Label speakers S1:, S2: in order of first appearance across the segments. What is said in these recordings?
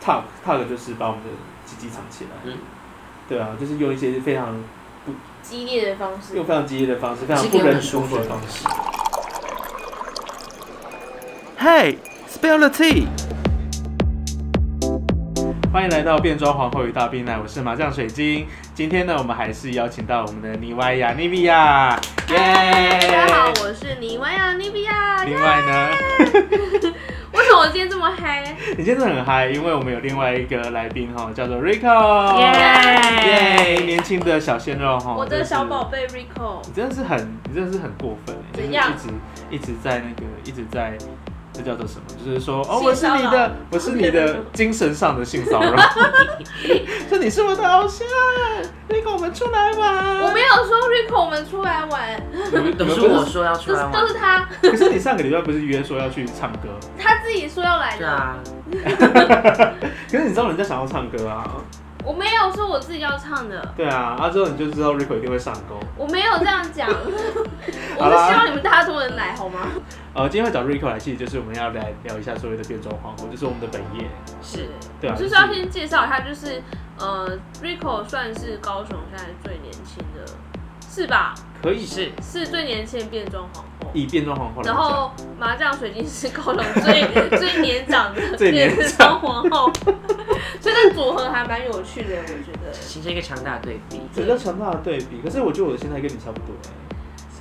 S1: tug tug 就是把我们的鸡鸡藏起来，
S2: 嗯
S1: 对啊，就是用一些非常
S3: 激烈的方式
S1: 用。非常激烈的方式，非
S2: 是
S1: 常
S2: 一
S1: 不
S2: 个
S1: 人
S2: 很舒
S1: 道
S2: 服
S1: 的
S2: 的
S1: 方
S2: 方
S1: 式。
S2: 式。
S1: Hey, spell the tea。欢迎来到变装皇后与大冰奶，我是麻将水晶。今天呢，我们还是邀请到我们的妮歪呀妮比亚，耶！
S3: 嗨，大家好，我是妮维亚妮比亚。
S1: 另外呢，
S3: 为什么我今天这么嗨？
S1: 你今天真的很嗨，因为我们有另外一个来宾哈，叫做 Rico，
S3: 耶
S1: 耶年轻的小鲜肉哈，
S3: 我
S1: 真
S3: 的
S1: 是
S3: 小宝贝 Rico，
S1: 你真的是很，你真的是很过分欸，就是
S3: 怎样
S1: 一直一直在那个，一直在，这叫做什么？就是说，哦，
S3: 性
S1: 我是你
S3: 骚扰
S1: 的，我是你的精神上的性骚 扰，说你是我的偶像，你跟我们出来玩。
S3: 我没有说 Rico 我们出来玩，
S1: 你们，
S2: 都
S1: 你们
S2: 是
S1: 不
S2: 我。说要出
S3: 都
S2: 来
S3: 是
S2: 玩，
S3: 都是他，
S1: 可是你上个礼拜不是约说要去唱歌？
S3: 他自己说要来
S2: 对
S3: 的。
S2: 啊，
S1: 可是你知道人家想要唱歌啊，
S3: 我没有说我自己要唱的，
S1: 对啊，啊之后你就知道 Rico 一定会上钩。
S3: 我没有这样讲。我
S1: 好啦
S3: 是希望你们大家多人来好吗？
S1: 呃，今天会找 Rico 来，其实就是我们要来聊一下所谓的变装皇后，就是我们的本业，
S3: 是，
S1: 对啊，
S3: 就是要先介绍一下，就是呃，Rico 算是高雄现在最年轻的，是吧？
S1: 可以
S2: 是
S3: 是最年轻的变装皇后。
S1: 以变装皇后来
S3: 然
S1: 讲，
S3: 后麻将水晶是高雄 最最年长 的
S1: 最年长
S3: 变装皇后，所以这个组合还蛮有趣的，我觉得。
S2: 形成一个强大的对比，
S1: 比较强大的对比。可是我觉得我的心态跟你差不多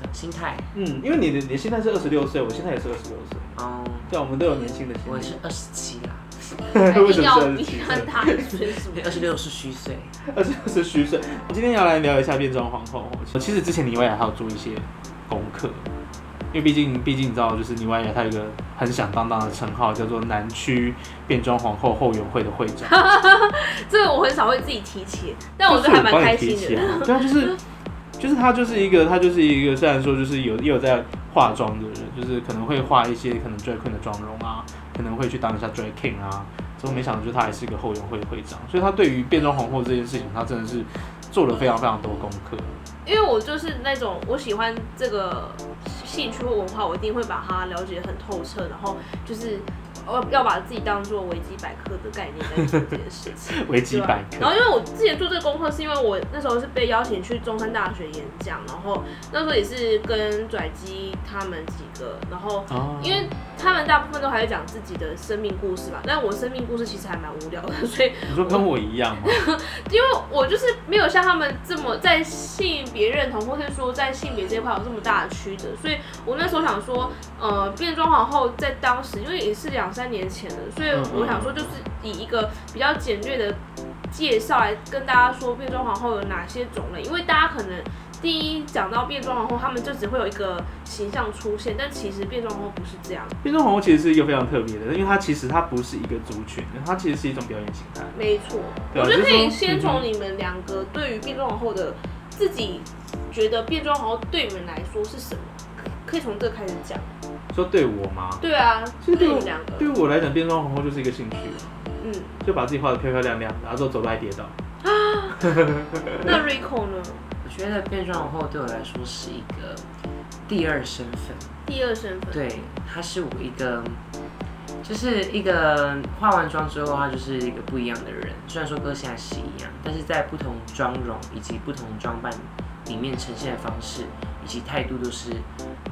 S1: 哎、
S2: 心态，
S1: 嗯，因为你的你的心态是二十六岁，我现在也是二十六岁，
S2: 嗯，
S1: 对啊，我们都有年轻的心
S2: 我是
S1: 理。
S2: 二十七啦，
S1: 为
S3: 一
S1: 什
S3: 定
S1: 么
S3: 要
S1: 是二十
S3: 比
S1: 七
S3: 他
S1: 岁？
S3: 大一岁什么
S2: 二十六是虚岁，
S1: 二十六是虚岁。我今天要来聊一下变装皇后。其实之前你外雅还有做一些功课，因为毕竟毕竟你知道，就是你外雅她有一个很响当当的称号，叫做南区变装皇后后援会的会长。
S3: 这个我很少会自己提起，但我觉得还蛮开心
S1: 就是我帮你提起
S3: 的。
S1: 来对啊，就是就是他就是一个他就是一个虽然说就是有也有在化妆的人，就是可能会化一些可能 drag queen 的妆容啊，可能会去当一下 drag king 啊。之后没想到就是他还是个后援会会长，所以他对于变装皇后这件事情，他真的是做了非常非常多功课。
S3: 因为我就是那种我喜欢这个兴趣或文化，我一定会把它了解得很透彻，然后就是要要把自己当做维基百科的概念在做这件事 情。
S1: 维基
S3: 对啊
S1: 百
S3: 然
S1: 科
S3: 后因为我之前做这个功课，是因为我那时候是被邀请去中山大学演讲，然后那时候也是跟拽机他们几个，然后
S1: 哦
S3: 因为他们大部分都还会讲自己的生命故事嘛，但我生命故事其实还蛮无聊的，所以
S1: 你说跟我一样吗？
S3: 因为我就是没有像他们这么在性别认同，或者说在性别这一块有这么大的曲折，所以我那时候想说，呃，变装皇后在当时，因为也是两三年前了，所以
S1: 嗯嗯
S3: 我想说，就是以一个比较简略的介绍来跟大家说变装皇后有哪些种类，因为大家可能。第一讲到变装皇后，他们就只会有一个形象出现，但其实变装皇后不是这样，
S1: 变装皇后其实是一个非常特别的，因为它其实它不是一个族群，它其实是一种表演形态。
S3: 没错，
S1: 对啊
S3: 我觉得可以
S1: 就是说
S3: 先从你们两个对于变装皇后的自己觉得变装皇后对你们来说是什么，可以从这个开始讲。
S1: 说对我吗？
S3: 对啊，
S1: 其
S3: 对
S1: 实对
S3: 你
S1: 我
S3: 们两个，
S1: 对我来讲，变装皇后就是一个兴趣啊。
S3: 嗯，
S1: 就把自己画的漂漂亮亮，然后之后走路还跌倒。
S3: 那 Rico 呢？
S2: 我觉得变装皇后对我来说是一个第二身份，
S3: 第二身份，
S2: 对，它是我一个，就是一个化完妆之后，他就是一个不一样的人。虽然说歌现在是一样，但是在不同妆容以及不同装扮里面呈现的方式以及态度，都是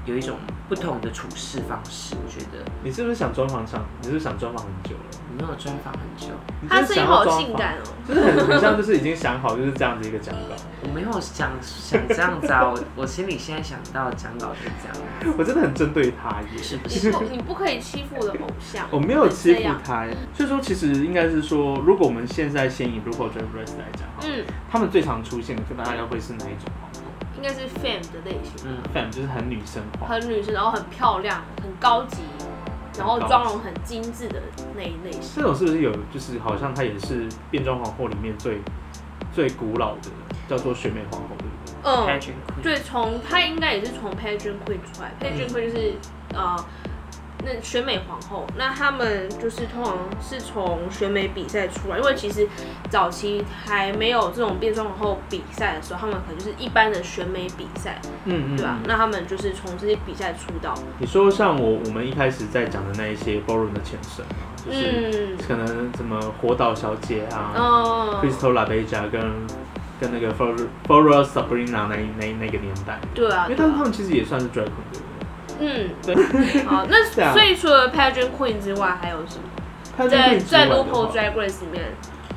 S2: 有一种不同的处事方式。我觉得
S1: 你是不是想专访上？你是不是想专访很久了？
S2: 我没有专访很久，
S1: 你
S3: 他
S1: 是
S3: 声音
S1: 想要
S3: 好
S1: 专访
S3: 性，感哦。
S1: 就是很很像，就是已经想好就是这样子一个讲稿。
S2: 我没有想想这样子啊，我我心里现在想到讲稿是这样，
S1: 我真的很针对他耶，
S2: 是不
S3: 你
S2: 是？
S3: 不，你不可以欺负我的偶像。
S1: 我没有欺
S3: 这
S1: 负
S3: 样
S1: 他耶。所以说，其实应该是说，如果我们现在先以 RuPaul Drag Race 来讲哈，
S3: 嗯，
S1: 他们最常出现的，跟大家会是哪一种皇后
S3: 应该是 fam 的类型，
S2: 嗯，
S1: ？Fam 就是很女生化，
S3: 很女生，然后很漂亮，很高级，然后妆容很精致的那一类型。
S1: 这种是不是有就是好像她也是变装皇后里面最最古老的，叫做选美皇后，对不对？
S3: 嗯，
S2: pageant queen，
S3: 对，从他应该也是从 Pageant Queen 出来，Pageant Queen 就是、
S1: 嗯
S3: 呃，那选美皇后，那他们就是通常是从选美比赛出来，因为其实早期还没有这种变装皇后比赛的时候，他们可能就是一般的选美比赛，
S1: 嗯嗯，
S3: 对吧、啊
S1: 嗯
S3: 那他们就是从这些比赛出道，
S1: 你说像我我们一开始在讲的那一些 ballroom 的前身啊，就是
S3: 嗯，
S1: 可能什么火岛小姐啊、
S3: 哦
S1: c r y s t a l LaBeija 跟跟那个 f o r f o r a Sabrina 那一那那个年代，
S3: 对啊，
S1: 因为
S3: 对
S1: 他
S3: 啊
S1: 们他们其实也算是 drag queen 对不对？
S3: 嗯，
S1: 对
S3: 好，那
S1: 对啊
S3: 所以除了 pageant queen 之外，还有什么？
S1: 他
S3: 在在
S1: l
S3: l
S1: o
S3: u
S1: p
S3: p
S1: o
S3: o Drag Race 里面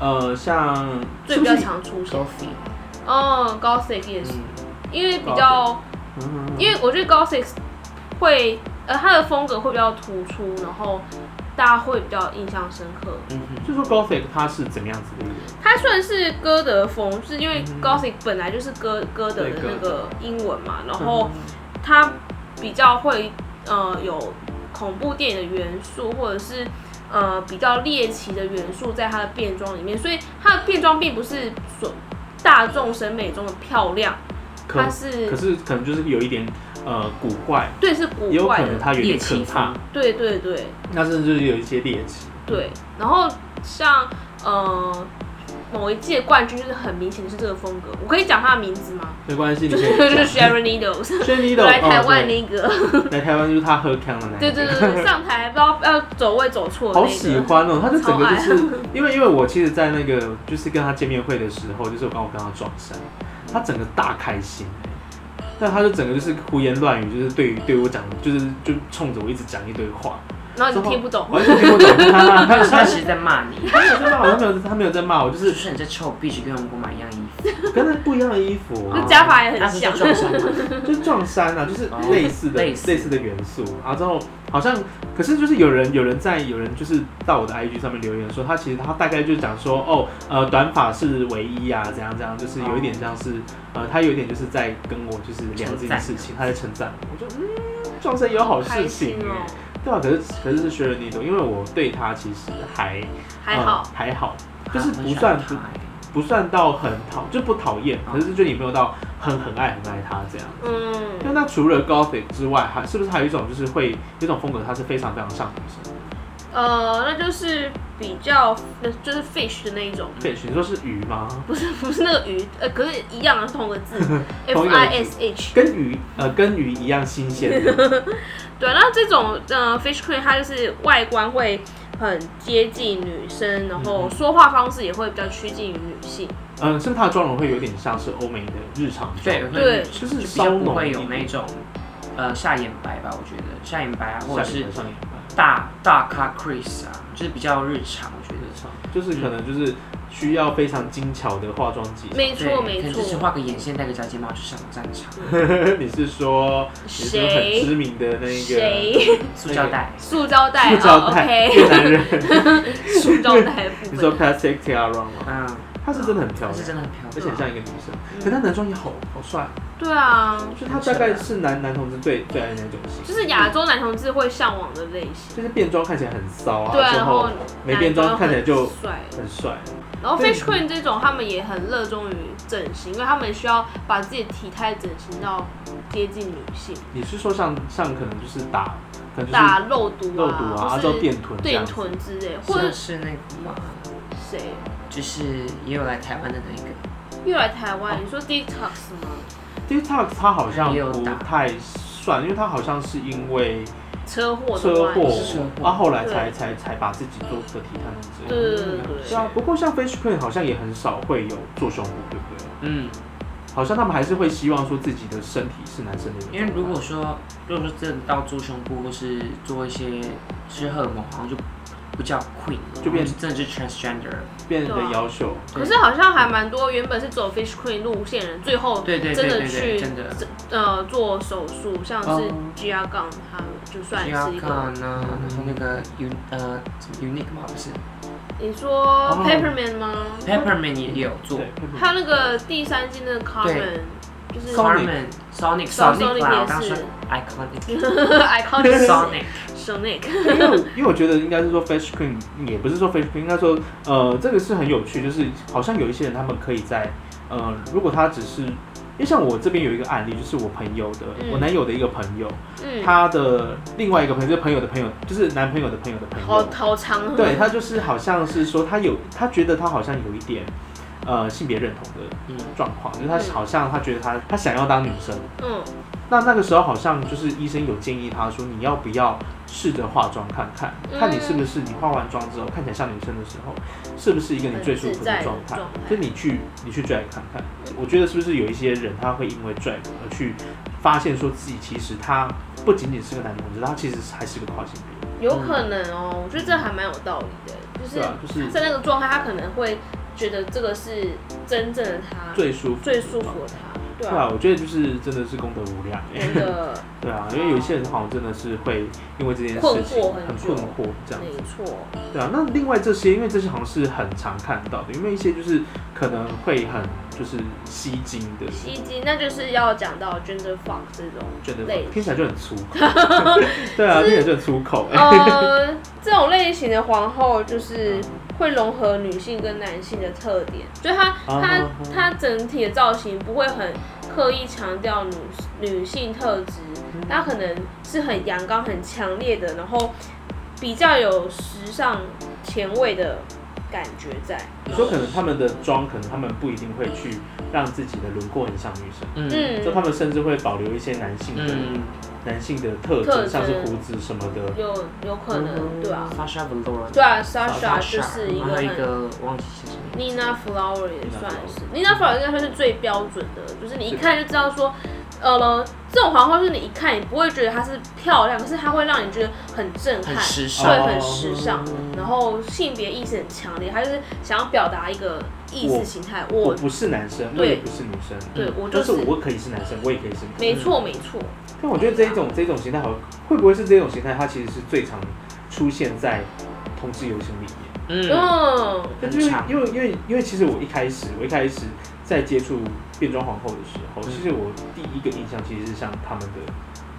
S1: 呃，像
S3: 最比较常出现
S2: Sophie，
S3: 哦，Gothic 也是，
S2: 嗯，
S3: 因为比较，
S1: 嗯
S3: 因为我觉得 Gothic 会呃它的风格会比较突出，然后大家会比较印象深刻。
S2: 嗯哼，
S1: 就说 Gothic 它是怎么样子的一个？
S3: 它算是歌德风，就是因为
S1: 嗯
S3: Gothic 本来就是歌歌德的
S1: 对
S3: 那
S1: 歌嗯
S3: 个英文嘛，然后它比较会呃有恐怖电影的元素，或者是呃比较猎奇的元素在它的变装里面，所以它的变装并不是所大众审美中的漂亮，
S1: 可
S3: 它是
S1: 可是可能就是有一点呃古怪，
S3: 对是古
S1: 也有可
S3: 怪
S1: 能
S3: 的，
S1: 它有
S2: 猎
S1: 点
S2: 奇
S1: 可怕
S2: 风，，
S3: 对对对
S1: 那甚至就是有一些猎奇。
S3: 对，然后像呃。某一届冠军就是很明显就是这个风格，我可以讲他的名字吗？
S1: 没关系，你
S3: 就
S1: 可
S3: 是
S1: 以
S3: 就是
S1: 讲
S3: Sharon Needles，
S1: Jenny 的
S3: 来台湾
S1: 哦
S3: 那个，
S1: 对来台湾就是他喝康的那一个
S3: 对对对对，上台不知道要走位走错的
S1: 好
S3: 那
S1: 喜
S3: 个，
S1: 欢哦！他就整个就
S3: 超
S1: 是， 因为因为我其实，在那个就是跟他见面会的时候，就是我刚我跟他撞衫，他整个大开心欸但他就整个就是胡言乱语，就是对于对我讲，就是就冲着我一直讲一堆话，
S3: 然后你听不懂，
S1: 完全听不懂。他他
S2: 他
S1: 他
S2: 其实在骂你，
S1: 他没有在骂我，他没有他没有在骂我，就
S2: 就是是你这臭 bitch 跟我们跟我买一样衣服，
S1: 跟他不一样的衣服
S3: 那
S1: 啊，
S3: 假发也
S2: 他
S3: 很
S2: 是
S3: 像
S2: 说，撞衫吗？
S1: 就是撞衫啊，就是
S2: 哦
S1: 类似的、
S2: 类似
S1: 类似的元素。然后之后好像，可是就是有人有人在有人就是到我的 IG 上面留言说，他其实他大概就讲说，哦，呃，短发是唯一啊，怎样怎样，就是有一点像是，
S2: 哦
S1: 呃，他有一点就是在跟我就是聊这件事情，他在称赞我，我就嗯，撞衫有好事
S3: 开
S1: 情
S3: 心
S1: 耶、
S3: 哦，
S1: 对啊，可是可是是学了你懂，因为我对他其实还
S3: 还
S1: 呃
S3: 好，
S1: 还好， 就是
S2: 他很
S1: 不
S2: 喜
S1: 算
S2: 欢
S1: 不
S2: 他欸
S1: 不算到很讨，就不讨厌，
S2: 嗯
S1: 可是就你没有到很很爱很爱他这样。那
S3: 嗯，
S1: 那除了 Gothic 之外，还是不是还有一种就是会有一种风格，它是非常非常像女生
S3: 呃，那就是比较那就是 fish 的那一种，
S1: ？Fish，你说是鱼吗？
S3: 不是不是那个鱼，呃，可是一样的同个字 ，f
S1: 同一个
S3: i s h，
S1: 跟鱼呃跟鱼一样新鲜 的，
S3: 对，那这种呃 fish queen 它就是外观会很接近女生，然后
S1: 嗯
S3: 说话方式也会比较趋近于女性，
S1: 嗯，甚至它的妆容会有点像是欧美的日常妆
S2: 对，，
S3: 对
S1: 就是
S2: 比
S1: 稍
S2: 较不
S1: 浓
S2: 会
S1: 一
S2: 有那
S1: 点
S2: 种呃下眼白吧，我觉得下眼白啊，或者
S1: 像你
S2: 是
S1: 的上眼白
S2: 大大咖 Chris 啊，就是比较日常，我觉得。
S1: 就是可能就是需要非常精巧的化妆技
S3: 没
S2: 对，
S3: 错
S2: 可
S3: 没
S2: 能就是
S3: 错，
S2: 画个眼线，戴个假睫毛就上战场，
S1: 巧。 你是说你是说很
S3: 谁
S1: 知名的那个
S3: 谁
S2: 塑胶袋，
S3: 塑胶
S1: 塑
S3: 袋
S1: 胶
S3: 哦
S1: 袋
S3: ，OK，
S1: 越南 人？
S3: 塑胶袋的
S1: 你
S3: 部
S1: 说
S3: 分，
S1: Plastic Tiara 吗？
S2: 嗯，
S1: 她是真的很漂
S2: 但
S1: 亮
S2: 是，真的很漂
S1: 而且很
S2: 亮。
S1: 像一个女生，可她男装也好好帅。
S3: 对嗯啊，
S1: 就他大概是男男同志最最爱的那种型，
S3: 就是亚洲男同志会向往的类型。
S1: 就是变装看起来很骚啊，
S3: 对啊，
S1: 之
S3: 然后
S1: 后没变装看起来就
S3: 男装很帅。
S1: 很帅。
S3: 然后
S1: 对
S3: Fish Queen 这种，他们也很热衷于整形，因为他们需要把自己的体态整形到接近女性，
S1: 你是说像像可能就是打，可能就是
S3: 打肉毒
S1: 肉毒啊，
S3: 啊，
S1: 然后
S3: 或
S1: 之后
S3: 是
S1: 电臀这样
S3: 电
S1: 子。
S3: 臀之类，或者
S2: 像是那个嘛，
S3: 谁
S2: 就是也有来台湾的那个，
S3: 又来台
S1: 哦
S3: 湾？你说 Detox 吗？
S1: detox 他好像
S2: 也有
S1: 不
S2: 打
S1: 太算，因为他好像是因为
S3: 车祸的
S1: 车
S3: 关
S1: 祸
S3: 系，
S2: 是车，祸
S1: 啊后来才
S3: 对
S1: 才才把自己做个体态弄这
S3: 对
S1: 样。
S3: 对对对
S1: 对啊，不过像 Fish Queen 好像也很少会有做胸部，对不对？
S2: 嗯，
S1: 好像他们还是会希望说自己的身体是男生的那种状态。
S2: 因为如果说如果说真的到做胸部或是做一些吃荷尔蒙，好像就不叫 queen，了
S1: 就变
S2: 真的是 transgender 了。
S1: 变
S3: 对啊
S1: 人妖秀，
S3: 可是好像还蛮多原本是走 Fish Queen 路线的人，最后
S2: 对对
S3: 真
S2: 对
S3: 的
S2: 对对，
S3: 去
S2: 真的。
S3: 呃做手术，像是
S1: 哦
S3: Gia g a n 他们就算
S2: 要
S3: 是一个
S2: 看呢，然后那个 u 呃什么 unique 嘛不是
S3: 你说
S1: 哦
S3: Peppermint 吗？
S2: ，Peppermint 也也有做
S1: 对，
S3: 还有那个第三季那个 Carmen，就是
S1: Sonic
S2: ，Carmen Sonic
S3: Sonic
S2: Sonic 啦，我刚
S3: 也
S2: 说
S3: 是
S2: iconic
S3: Iconic
S2: Sonic，
S3: Sonic，
S1: 因为我 因为我觉得应该是说 Fresh Queen 也不是说 Fresh Queen，应该说呃这个是很有趣，就是好像有一些人他们可以在呃如果他只是因为像我这边有一个案例，就是我朋友的、
S3: 嗯
S1: 我男友的一个朋友，
S3: 嗯，
S1: 他的另外一个朋友就是朋友的朋友，就是男朋友的朋友的朋
S3: 好
S1: 友，
S3: 好长啊，
S1: 对他就是好像是说他有他觉得他好像有一点呃性别认同的
S2: 嗯，
S1: 状况，就是他
S3: 嗯
S1: 好像他觉得他他想要当女生，
S3: 嗯，
S1: 那那个时候好像就是医生有建议他说，你要不要试着化妆看看，
S3: 嗯
S1: 看你是不是你化完妆之后看起来像女生的时候，是不是一个你最舒服的状态
S3: 很自在的欸状？态
S1: 就你去你去 drag 看看，我觉得是不是有一些人他会因为 drag 而去发现说自己其实他不仅仅是个男同志，他其实还是个跨性别。
S3: 有可能哦，我觉得这还蛮有道理的，就是
S1: 对啊就是
S3: 在那个状态，他可能会觉得这个是真正的他
S1: 最舒服的
S3: 最舒
S1: 状
S3: 服
S1: 态
S3: 的他，对
S1: 对
S3: 啊
S1: 啊，，我觉得就是真的是功德无量、欸。
S3: 真的
S1: 对啊，因为有一些人好像真的是会因为这件
S3: 困
S1: 事
S3: 惑
S1: 情
S3: 很
S1: 很
S3: 久
S1: 困惑 这样
S3: 没
S1: 子。
S3: 错，
S1: 对啊，那另外这些，因为这些好像是很常看到的，因为一些就是可能会很就是吸睛的，
S3: 吸睛，那就是要讲到 gender fuck 这种
S1: 觉得
S3: 类型
S1: 听起来就很粗 口。对啊，听起来就很粗口。 哎、
S3: 呃，这种类型的皇后就是会融合女性跟男性的特点，就是她
S1: 啊
S3: 她
S1: 啊啊
S3: 她整体的造型不会很刻意强调女女性特质，她可能是很阳刚、很强烈的，然后比较有时尚前卫的感觉在。
S1: 你说可能他们的妆，可能他们不一定会去让自己的轮廓很像女生，
S2: 嗯
S1: 就
S3: 嗯，
S1: 他们甚至会保留一些男性的、
S2: 嗯
S1: 男性的特
S3: 特
S1: 质，
S3: 征
S1: 像是胡子什么的。
S3: 有有可能，对啊，
S2: ，Sasha Velour，
S3: 对啊，Sasha 就
S2: Sasha，
S3: 是一
S2: 然后
S3: 个
S2: 还有
S3: 很
S2: 一个忘记是什么，
S3: Nina Flower 也算是，Nina Flower 应该算是最标准的，就是你一看就知道说，呃，这种皇后就是你一看你不会觉得她是漂亮，可是她会让你觉得很震撼，
S2: 很时尚
S3: 对，很时尚，
S1: 哦
S3: 然后性别意识很强烈，她就是想要表达一个意识形态，
S1: 我
S3: 我，
S1: 不是男生，我
S3: 对
S1: 也不是女生，
S3: 对我就
S1: 但是
S3: 是，
S1: 我可以是男生，我也可以是女生。
S3: 没错没错，
S1: 但我觉得这一种这一种形态好，会不会是这种形态？它其实是最常出现在同志游行里面。
S2: 嗯，
S3: 嗯，
S2: 很
S1: 就是
S2: 常
S1: 因为因为因为因为其实我一开始我一开始在接触变装皇后的时候，其实我第一个印象其实是像他们的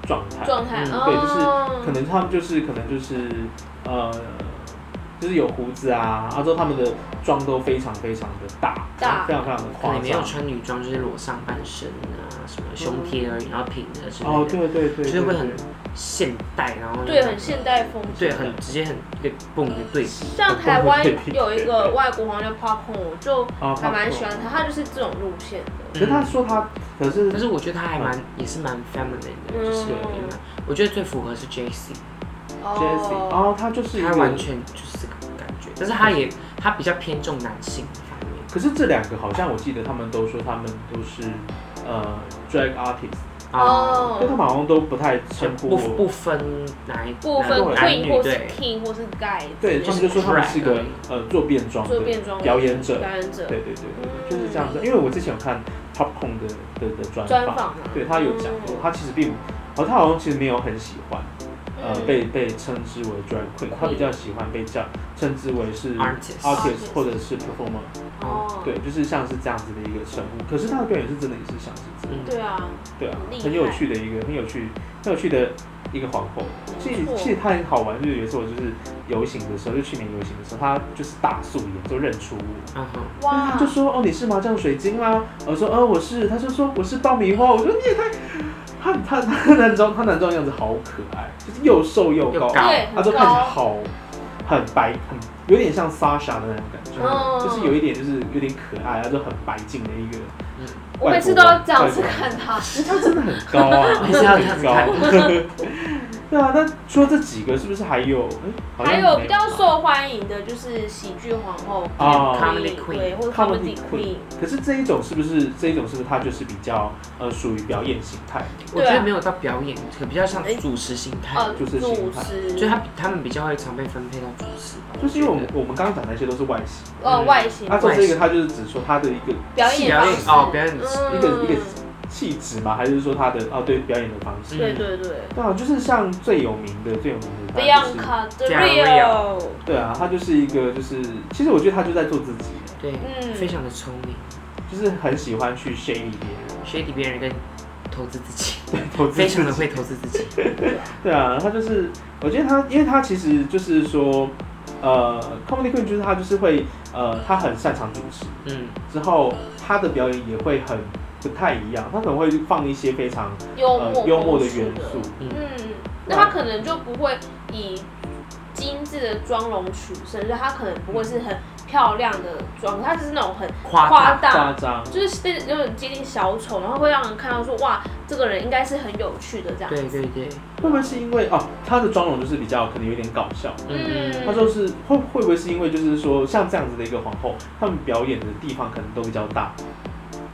S1: 状态，
S3: 状态，
S2: 嗯
S1: 对就是可
S3: 哦，
S1: 能他们就是可能就是呃。就是有胡子啊，然后之后他们的妆都非常非常的大，
S3: 大
S1: 非常非常的
S2: 可
S1: 夸
S2: 能没有
S1: 张。
S2: 穿女装，就是裸上半身啊，什么胸贴而已，然后平的之
S1: 哦，
S2: 类的，
S1: 对对对，
S2: 就是会很
S1: 对
S2: 现代，然后
S3: 对，很现代风
S2: 对，啊
S3: 情。
S2: 很直接很一个蹦一个对比，
S3: 像台湾有一个外国皇后叫 Popcorn，我就
S1: 啊，
S3: 还蛮喜
S1: 欢。
S3: 欢她，她就是这种路线的。
S1: 可是他说他，可是
S2: 但是我觉得他还蛮也是蛮 feminine 的，
S3: 嗯
S2: 就是也蛮，我觉得最符合是 J C，
S1: Jessie，哦，他就是一
S2: 他
S1: 个
S2: 完全就是这个感觉，但是他也他比较偏重男性的方面，
S1: 可是这两个好像我记得他们都说他们都是呃 drag artist，
S2: 啊，
S1: 因为他
S3: 哦，
S1: 们好像都不太称呼
S2: 不不
S1: 我。
S2: 分哪一
S3: 不分
S2: 哪一男
S3: queen
S2: 女
S3: 或是
S2: 对，
S3: king 或是 guy，
S1: 对，他们就说他们是
S2: 就
S1: 个
S2: 是
S1: 呃做变装
S3: 做
S1: 的
S3: 变装
S1: 表演者。
S3: 表演者
S1: 对对对对，就是这样子。因为我之前有看 Popcorn 的的的专
S3: 专
S1: 访，
S3: 访嘛。啊嗯
S1: 对他有讲过，他其实并哦，他好像其实没有很喜欢呃
S3: 嗯
S1: 被被称之为 drag queen，他比较喜欢被叫称之为是
S2: 嗯 artist，
S1: artist 或者是 performer，
S3: 哦，
S1: 对，就是像是这样子的一个称呼。可是他的表演是真的也是像是这样。
S2: 嗯，
S3: 对啊，
S1: 对啊
S3: 很厉，害
S1: 很有趣的一个，很有趣，很有趣的一个皇后。其实
S3: 没错
S1: 其实她很好玩，就是有一次我就是游行的时候，就去年游行的时候，她就是大素颜就认出我。
S2: 嗯哼，
S3: 哇，
S1: 就说哦你是麻将水晶吗？我说哦我是，她就说我是爆米花。我说你也太，她她她男装她男装样子好可爱，就是又瘦又
S2: 又
S1: 高，
S2: 高
S3: 对，
S1: 她
S3: 很
S1: 都看起来
S3: 高，
S1: 好很白，很有点像 Sasha 的那种感觉，
S3: 嗯
S1: 就是有一点就是有点可爱，然后就很白净的一个。
S3: 我每次都要这样子看她，
S1: 他真的很高 啊，
S2: 还是要看
S1: 很 高。对啊，那除了这几个，是不是还有？哎好像
S3: 还
S1: 没
S3: 有比较受欢迎的就是喜剧皇后
S1: 哦
S2: Comedy
S3: 对，
S2: Queen，
S3: 或者
S1: comedy
S3: comedy
S1: queen
S3: queen，
S1: 可是这一种是不是这一种是不是它就是比较呃属于表演形态？
S2: 我觉得没有到表演，可比较像
S3: 哎
S2: 主持形态
S3: 呃，，
S1: 主
S3: 主
S1: 持
S3: 持，
S2: 就他他们比较会常被分配到主持吧，
S1: 就是因为我们我们刚刚讲那些都是外形，
S3: 呃外形
S1: 那做这个它就是只说它的一个
S3: 表
S2: 戏
S3: 演
S2: 表
S3: 方
S2: 演
S3: 式
S2: 哦表演
S1: 一个
S3: 嗯
S1: 一个气质嘛，还是说它的哦对表演的方式？
S3: 对对对
S1: 对啊，就是像最有名的最有名的当然就是
S3: ，Bianca Del
S2: Del
S3: Rio，
S1: 对啊，他就是一个就是其实我觉得他就在做自己，
S2: 对，
S3: 嗯
S2: 非常的聪明，
S1: 就是很喜欢去 shame 别人，
S2: 学习别人跟投资自己，
S1: 投资
S2: 非
S1: 自己
S2: 常的会投资自己，
S1: 对啊，他就是，我觉得他，因为他其实就是说，呃，comedy queen 就是他就是会，呃，他很擅长主持，
S2: 嗯，
S1: 之后他的表演也会很不太一样，他可能会放一些非常
S3: 幽
S1: 呃
S3: 默
S1: 幽默的
S3: 风趣
S1: 元素，
S3: 嗯，那他可能就不会以精致的妆容取胜，就他可能不会是很漂亮的妆，她就是那种很
S2: 夸
S3: 夸
S2: 大
S3: 大
S1: 夸张，
S3: 就是那有点接近小丑，然后会让人看到说哇，这个人应该是很有趣的这样。
S2: 对对对，
S1: 会不会是因为哦，他的妆容就是比较可能有点搞笑，
S2: 嗯，
S1: 他就是会会不会是因为就是说像这样子的一个皇后，他们表演的地方可能都比较大，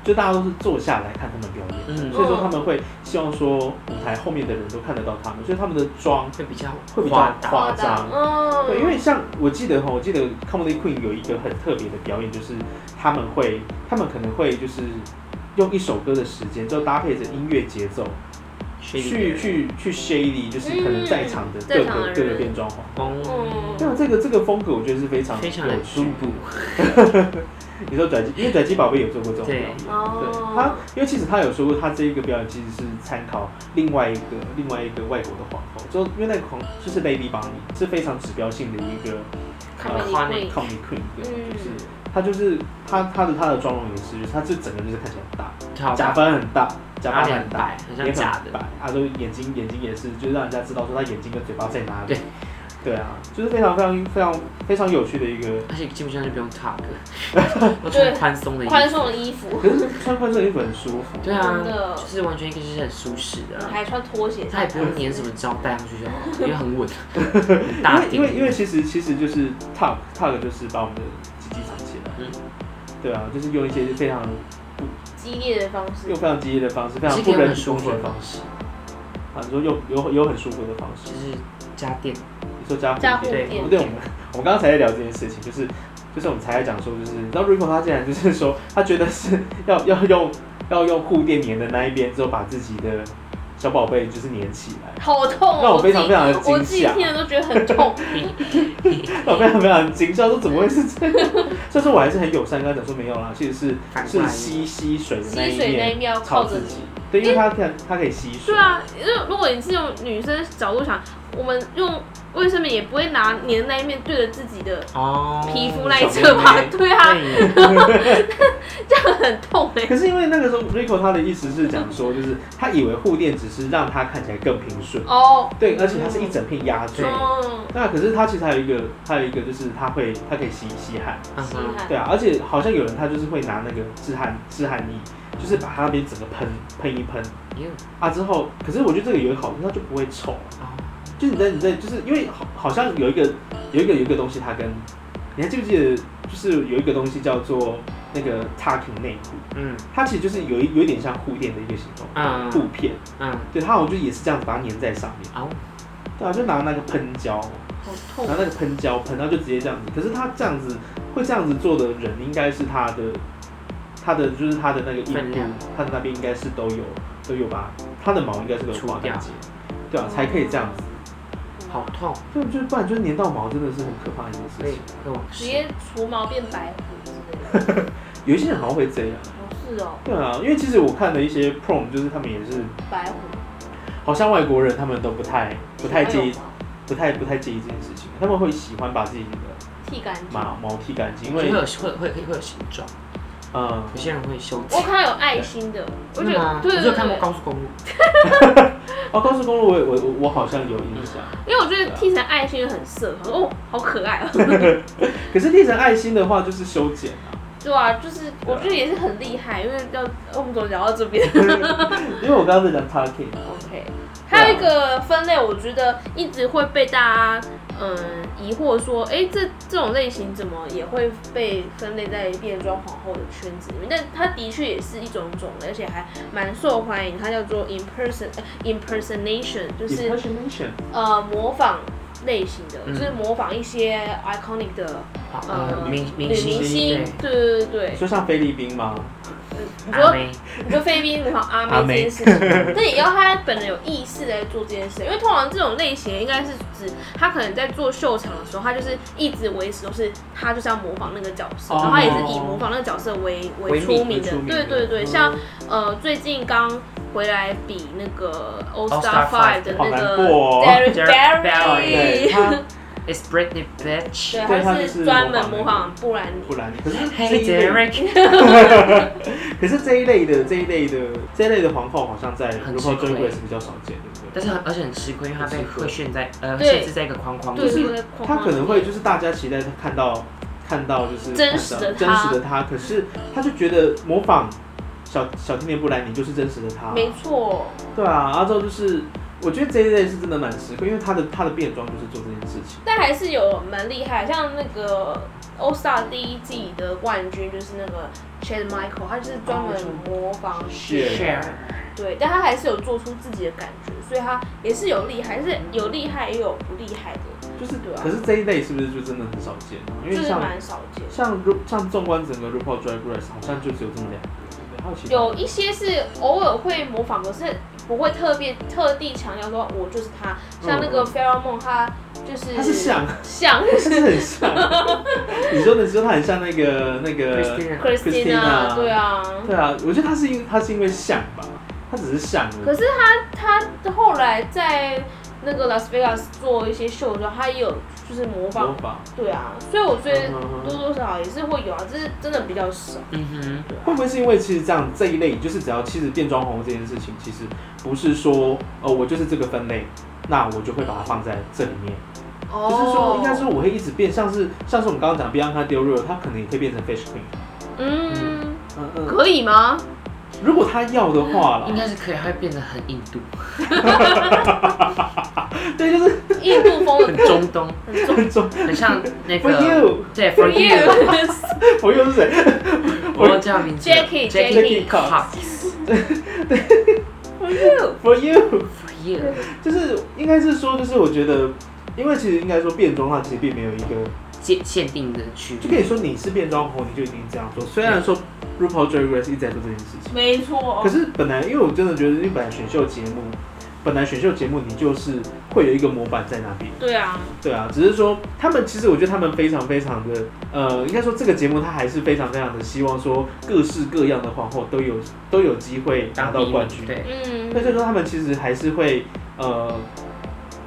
S1: 就大家都是坐下来看他们表演，
S2: 嗯
S1: 所以说他们会希望说舞台后面的人都看得到他们，所以他们的妆
S2: 会比较
S1: 会比较
S2: 夸大，
S1: 夸张
S3: 嗯，
S1: 对，因为像我记得哈，我记得 Comedy Queen 有一个很特别的表演，就是他们会，他们可能会就是用一首歌的时间，就搭配着音乐节奏
S2: 去
S1: 去去去 shady，就是可能在场的
S3: 嗯
S1: 各
S3: 在场的
S1: 个
S3: 人
S1: 各个变装皇。
S3: 嗯
S2: 哦，
S1: 那这个这个风格，我觉得是非常
S2: 非常
S1: 有
S2: 的
S1: 趣
S2: 舒服，
S1: 你说转机，因为转机宝贝有做过这种表演，
S2: 对
S1: 对
S3: 哦，
S1: 他，因为其实他有说过，他这一个表演其实是参考另外一个另外一个外国的皇后，就因为那个皇就是 Lady Bunny 是非常指标性的一个
S3: 看到你
S2: 夸
S3: 会
S2: 你
S1: comedy queen，对，
S3: 嗯
S1: 就是他就是他他的他的妆容也是，就是他这整个就是看起来很大，
S2: 好
S1: 假发很大，假发
S2: 他脸
S1: 很大，
S2: 白，很
S1: 也
S2: 像
S1: 很
S2: 假的
S1: 白，，啊，都眼睛眼睛也是，就是让人家知道说他眼睛跟嘴巴在哪里
S2: 对。
S1: 对啊，就是非常非常非常非常有趣的一个。
S2: 而且基本上就不用 talk，都 穿宽松的衣服，
S3: 宽松的衣服，
S1: 可是穿宽松的衣服很舒服，
S2: 对
S3: 真
S2: 啊，
S3: 的
S2: 就，是完全一个就是很舒适的啊，
S3: 还穿拖鞋
S2: 它也
S3: 上
S2: 不用粘
S3: 班，
S2: 什么胶带上去就好，因为很稳，很
S1: 因
S2: 大
S1: 为因为因为
S2: 为
S1: 其实其实就是 tuck tuck 就是把我们的鸡鸡藏起来，
S2: 嗯
S1: 对啊，就是用一些非常
S3: 激烈的方式
S1: 用，非常激烈的方式，非常
S2: 是
S1: 不
S2: 可以用
S1: 人
S2: 很
S1: 工
S2: 舒服
S1: 的
S2: 的
S1: 方
S2: 方式，
S1: 式啊，你说有有有很舒服的方式
S2: 就，是家电，
S1: 你说加
S3: 加
S1: 蝴
S3: 护
S1: 蝶。
S2: 对
S3: 垫
S1: 不，对，我们我们刚刚才在聊这件事情，就是就是我们才在讲说，就是你知道 Rico 他竟然就是说，他觉得是要要用要用护垫粘的那一边，之后把自己的小宝贝就是粘起来，
S3: 好痛哦，
S1: 让我非常
S3: 自
S1: 非
S3: 己
S1: 常的
S3: 我
S1: 惊
S3: 自己
S1: 吓，
S3: 听了都觉得很痛，
S1: 让我非常非常惊吓，说怎么会是这样？ 所以说我还是很友善跟他讲说没有啦，其实
S2: 反
S1: 是
S2: 过
S1: 是
S2: 来
S1: 吸吸水的那
S3: 吸
S1: 一
S3: 水那一
S1: 面
S3: 面要
S1: 靠
S3: 靠着
S1: 自
S3: 你
S1: 己。，对，因为它可以它可以吸水
S3: 对，啊，因为如果你是用女生角度想，我们用卫生棉也不会拿你的那一面对着自己的
S2: 哦，
S3: 皮肤那一侧
S1: 小
S3: 吧
S1: 妹？妹
S3: 对啊，
S2: 对，
S3: 这样很痛哎、
S1: 可是因为那个时候 Rico 他的意思是讲说，就是他以为护垫只是让它看起来更平顺，
S3: 哦，
S1: 对，而且它是一整片压住
S2: 对。
S3: 嗯，
S1: 那可是它其实还有一个，还有一个就是它会，它可以吸吸汗，
S2: 嗯
S3: 吸
S2: 哼
S1: 对
S3: 汗，
S1: 啊，而且好像有人他就是会拿那个止汗止汗液，就是把它那边整个喷喷一喷
S2: 哟
S1: 啊之后，可是我觉得这个有一个好处，它就不会臭，
S2: 哦
S1: 就是你在你在就是因为好好像有一个有一个有一个东西它跟你还记不记得，就是有一个东西叫做那个 tucking 内裤，
S2: 嗯
S1: 它其实就是有一有一点像护垫的一个形状，
S2: 嗯
S1: 布片，
S2: 嗯，
S1: 对，它好像就也是这样子把它粘在上面，
S2: 哦，
S1: 对啊，就拿那个喷胶。
S3: 好痛
S1: 拿，那个喷胶喷，然后就直接这样子。可是他这样子会这样子做的人，应该是他的他的就是他的那个
S2: 分
S1: 印度
S2: 量，
S1: 他的那边应该是都有都有吧，他的毛应该是都有
S2: 除
S1: 刮
S2: 掉
S1: 干净，对啊，才可以这样子。
S3: 嗯
S2: 好痛，
S1: 对，就是不然就是粘到毛真的是很可怕的一件
S2: 所
S1: 事
S2: 以
S1: 情。
S2: 会往
S3: 直
S2: 事
S3: 接除毛变白虎之类 的，
S1: 有一些人好像会这样，
S3: 不是哦，
S1: 对啊，因为其实我看了一些 prom，就是他们也是，
S3: 白虎
S1: 好像外国人他们都不太不太介意
S3: 哪有，毛
S1: 不太不太介意这件事情，他们会喜欢把自己的
S3: 剃干净。
S1: 毛毛剃干净，因
S2: 就会
S1: 为
S2: 有会会会会有形状，
S1: 嗯。
S2: 有些人会修
S3: 我
S2: 剪。
S3: 看到有爱心的，我
S2: 真
S3: 觉
S2: 的
S3: 得
S2: 吗？
S3: 对
S2: 我
S3: 对
S2: 只有
S3: 对
S2: 看过
S3: 对，
S2: 高速公路，
S1: 哦，高速公路我也我我我好像有印象，
S3: 因为我觉得剃成爱心就很色，我说哦，好可爱哦。
S1: 可是剃成爱心的话就是修剪啊，
S3: 对啊，就是我觉得也是很厉害，因为要我们怎么聊到这边
S1: 因为我刚刚在讲 tucking，
S2: 啊
S3: ？OK，还有一个分类，我觉得一直会被大家嗯疑惑说，哎、这这种类型怎么也会被分类在变装皇后的圈子里面？但它的确也是一种种类，而且还蛮受欢迎。它叫做 imperson 呃 impersonation，就
S1: 就是 impersonation，
S3: 呃模仿类型的，
S2: 嗯
S3: 就是模仿一些 iconic 的
S2: 啊
S3: 呃
S2: 呃，明
S3: 女
S2: 明星
S3: 明星
S2: 对，
S3: 对对对对
S1: 你，说像菲律宾吗？
S3: 你
S2: 阿
S3: 说
S2: 妹，
S3: 你说菲律宾模仿阿
S1: 阿
S3: 妹
S1: 妹
S3: 这件事情， 但也要他本人有意识在做这件事，因为通常这种类型应该是指他可能在做秀场的时候，他就是一直维持都是他就是要模仿那个角色，
S1: 哦
S3: 然后他也是以模仿那个角色为为
S2: 为
S3: 出名的
S1: 为出名。的
S3: 对对对，
S1: 嗯
S3: 像呃最近刚回来比那个 All
S2: All
S3: Star
S2: Star Five
S3: Five 的
S1: 好
S3: 那
S1: 难
S3: 个
S1: 过哦
S3: Derek
S2: Derek
S1: 哦，对，
S3: Barry，
S1: 他
S2: It's Britney bitch。
S3: 对，啊
S1: 对
S3: 他
S1: 他
S3: 就
S1: 就是是
S3: 专门模
S1: 模
S3: 仿
S1: 仿
S3: 布兰妮
S1: 不。然可是这
S2: Hey
S1: 一类，
S2: Derek，
S1: 可是这一类的这一类的这一类的皇后好像在
S2: 很
S1: 如何
S2: 吃
S1: 追
S2: 亏
S1: 会是比较少见，对不对？
S2: 但是很而且很吃亏，因为他被
S1: 很吃亏
S2: 会限在呃
S3: 对
S2: 限制在一个框框
S3: 对，
S2: 里。
S3: 对对，
S1: 他可能会就是大家期待看到看到就是
S3: 真实的
S1: 真
S3: 他
S1: 实的他，可是他就觉得模仿小小甜甜布兰妮就是真实的他，
S3: 没错，
S1: 对啊，然后之后就是我觉得这一类是真的蛮吃亏，因为他的他的变装就是做这件事情，
S3: 但还是有蛮厉害，像那个 O Star 第一季的冠军就是那个 Chad Michael，他就是专
S1: 哦
S3: 门模仿
S1: Cher
S2: share，
S3: 对，但他还是有做出自己的感觉，所以他也是有厉害，是有厉害也有不厉害的，
S1: 就是
S3: 对啊
S1: 可是这一类是不是就真的很少见？因
S3: 就
S1: 为
S3: 是
S1: 像
S3: 蛮少见的。
S1: 像如像纵观整个 RuPaul Drag Race 好像就只有这么两个，对不对？还有其他
S3: 有一些是偶尔会模仿，可是不会特别特地强调说我就是他。像那个
S1: 嗯
S3: f e r o m o n 他就是
S1: 他是像，
S3: 像
S1: 他是很像。你说的时候他很像那个那个 Christina
S2: Christina
S3: Christina，对啊。
S1: 对啊，我觉得他是因他是因为像吧，他只是像而已。
S3: 可是他他后来在那个 Las Vegas 做一些秀的时候，他也有就是模
S1: 模
S3: 仿，
S1: 仿
S3: 对啊。所以我觉得
S1: 哦嗯嗯嗯
S3: 多多少少也是会有啊，只是真的比较少。
S2: 嗯哼，
S1: 会不会是因为其实这样这一类，就是只要其实变装红这件事情，其实不是说呃我就是这个分类，那我就会把它放在这里面。
S3: 哦
S1: 就是说应该说我会一直变，像是像是我们刚刚讲 Bianca Del Rio，他可能也可以变成 Fish Queen。
S3: 嗯，
S1: 嗯嗯，
S3: 可以吗？
S1: 如果他要的话啦
S2: 应，该是可以，它会变得很印 度，
S1: 对，就是
S3: 印 度风
S2: 很中东，
S3: 很重。
S1: 很重。
S2: 很像那
S1: For
S2: 个
S1: you，
S2: 对 for
S3: For
S2: you，
S3: you，
S1: 我又是谁？
S2: 我忘记他名字了
S3: Jackie，
S1: Jackie
S2: Cox
S3: For you，
S1: For you，
S2: for you，
S1: 就是应该是说，就是我觉得，因为其实应该说变装，它其实并没有一个，
S2: 限限定的区
S1: 就跟
S2: 域，
S1: 你说你是变装红，你就一定这样做。虽然说 RuPaul Drag Race 一直在做这件事情，
S3: 没错。
S1: 可是本来因为我真的觉得，因为本来选秀节目，本来选秀节目你就是会有一个模板在那边，
S3: 对啊，
S1: 对啊，只是说他们其实我觉得他们非常非常的，呃，应该说这个节目它还是非常非常的希望说各式各样的皇后都有都有机会拿
S2: 当
S1: 到
S2: 地
S1: 冠军，
S2: 对，
S3: 嗯，
S1: 对，所以说他们其实还是会呃，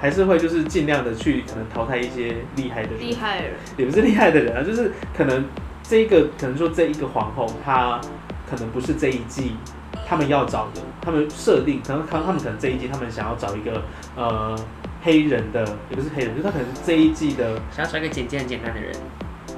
S1: 还是会就是尽量的去可能淘汰一些厉害的人，
S3: 厉害人，
S1: 也不是厉害的人啊，就是可能这一个可能说这一个皇后她可能不是这一季他们要找的，他们设定可能他他们可能这一季他们想要找一个呃黑人的，也不是黑人，就是他可能这一季的
S2: 想要找一个简简简单的人，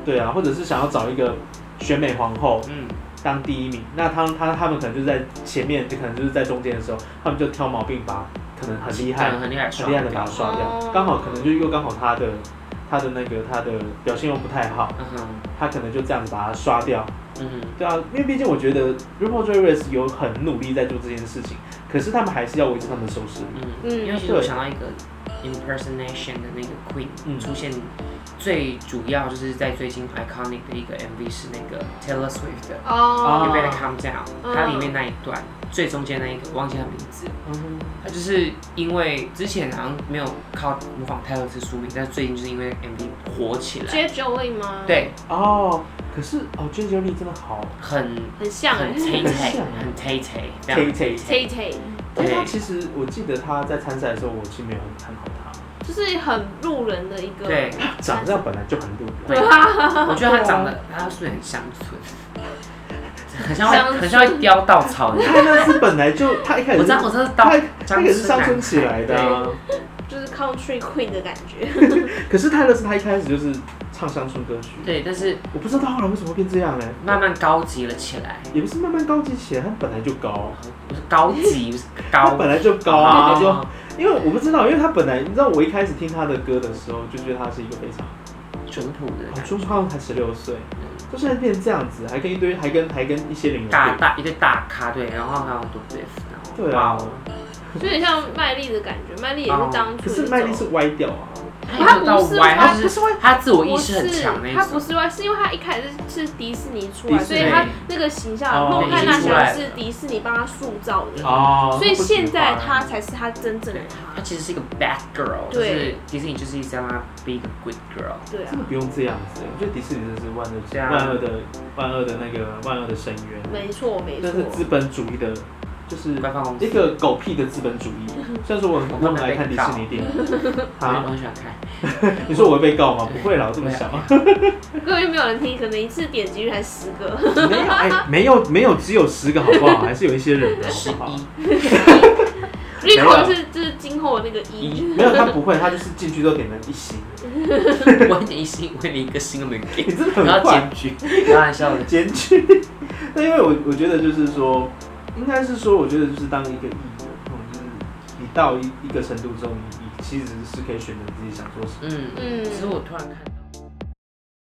S1: 对啊，或者是想要找一个选美皇后，
S2: 嗯，
S1: 当第一名，那他他他们可能就是在前面，就可能就是在中间的时候，他们就挑毛病把可能很厉害、
S2: 很厉害，
S1: 很厉害的把它刷
S3: 哦
S1: 掉，刚好可能就又刚好他的他的那个他的表现又不太好，
S2: 嗯哼，
S1: 他可能就这样子把它刷掉。
S2: 嗯哼，
S1: 对啊，因为毕竟我觉得 RuPaul Drag Race 有很努力在做这件事情，可是他们还是要维持他们的收视率。
S2: 嗯，
S3: 嗯
S2: 因为其实我想到一个 impersonation 的那个 Queen、
S1: 嗯
S2: 出现，最主要就是在最近 iconic 的一个 MV 是那个 Taylor Swift 的
S3: 哦
S2: You Better Calm Down，、
S3: 嗯
S2: 它里面那一段最中间那一个忘记它名字了，
S1: 嗯
S2: 它就是因为之前好像没有靠模仿泰勒斯出名，但最近就是因为 MV 火起来，
S3: ，J Jolie 吗？，
S2: 对，
S1: 哦，可是哦 j j l 真的好
S2: 很
S3: 很像哎
S2: 很 tay tay，
S1: 像
S2: 很 tay tay，这样
S1: Tay Tay，
S3: ，Tay Tay，
S1: 但是他其实我记得他在参赛的时候，我其实没有很看好他，就是
S3: 是很路人的一个，
S2: 对，
S1: 长相本来就很路人。
S3: 对啊，
S2: 我觉得他长得他是不是很乡村，很像
S3: 乡
S2: 会
S3: 村
S2: 很像会叼稻 草的人。
S1: 泰勒斯本来就他一开始
S2: 我
S1: 是
S2: 知道，我知道是稻
S1: 他他
S2: 乡
S1: 也是乡村
S2: 村
S1: 起来的、啊，
S3: 就是 Country Queen 的感觉，
S1: 可是泰勒斯他一开始就是唱乡村歌曲，
S2: 对，但是
S1: 我不知道他后来为什么会变这样哎、
S2: 慢慢高级了起 来，
S1: 也不是慢慢高级起来，他本来就高，
S2: 不是高级，不是
S1: 他
S2: 高
S1: 本来就高啊，就
S2: 啊，
S1: 因为我不知道，因为他本来你知道我一开始听他的歌的时候就觉得他是一个非常，
S2: 淳朴的
S1: 哦
S2: 感觉，
S1: 初创才十六岁，
S2: 嗯
S1: 就现在变这样子，还跟一堆还跟还跟一些零
S2: 大
S1: 大，
S2: 大一个大咖对，然后还有很多 beef，然
S1: 嗯
S2: 后哦
S1: 对啊，
S3: 就有点像麦莉的感觉，麦莉也是当初
S1: 可
S3: 的
S1: 是
S3: 这
S1: 麦莉是
S3: 种。
S1: 歪掉啊，
S2: 他有到歪，
S3: 他
S2: 哎他
S3: 不
S2: 就是他自我意识很强
S3: 不
S2: 那
S3: 是，
S2: 一
S3: 他不
S2: 种，
S3: 是外，是因为他一开始是是迪士尼出
S1: 迪
S3: 来，
S1: 士
S3: 所
S1: 尼
S3: 以他那个形象
S1: 哦
S3: 孟汉娜
S2: 已经
S3: 小
S2: 出来
S3: 姐
S2: 了
S3: 是迪士尼帮他塑造的，
S1: 哦
S3: 所以现在他才是他真正的他
S2: 他。其实是一个 bad girl，就
S3: 对
S2: 是迪士尼就是一直让他 be 一个 good girl，
S3: 对啊
S1: 真，的不用这样子，我觉得迪士尼真的是万恶
S2: 对啊
S1: 万恶的万恶的那个万恶的深渊，
S3: 没错没
S1: 这
S3: 错。
S1: 是资本主义的，就是
S2: 官方公司
S1: 一，个狗屁的资本主义。虽然说我很我很爱看迪士尼电影，
S2: 我
S1: 啊，
S2: 很喜欢看，
S1: 你说我会被告吗？不会啦，我这么小，
S3: 根本就没有人听，可能一次点击率才十个。
S1: 没 有哎，没有没有，只有十个好不好？还是有一些人的好
S2: 十
S1: 不好？
S2: 一，
S3: 绿头是就是今后的那个 一，
S1: 没有，他不会，他就是进去都给人一 星，
S2: 我一点一星，我连一个星都没给，
S1: 你真的
S2: 然
S1: 很
S2: 后
S1: 快
S2: 检。举，开玩笑的，
S1: 检举。 那因为我我觉得就是说，应该是说，我觉得就是当一个艺人，或者是你到一一个程度之后，你你其实是可以选择自己想做什么。
S2: 嗯，
S3: 嗯
S2: 其实我突然看。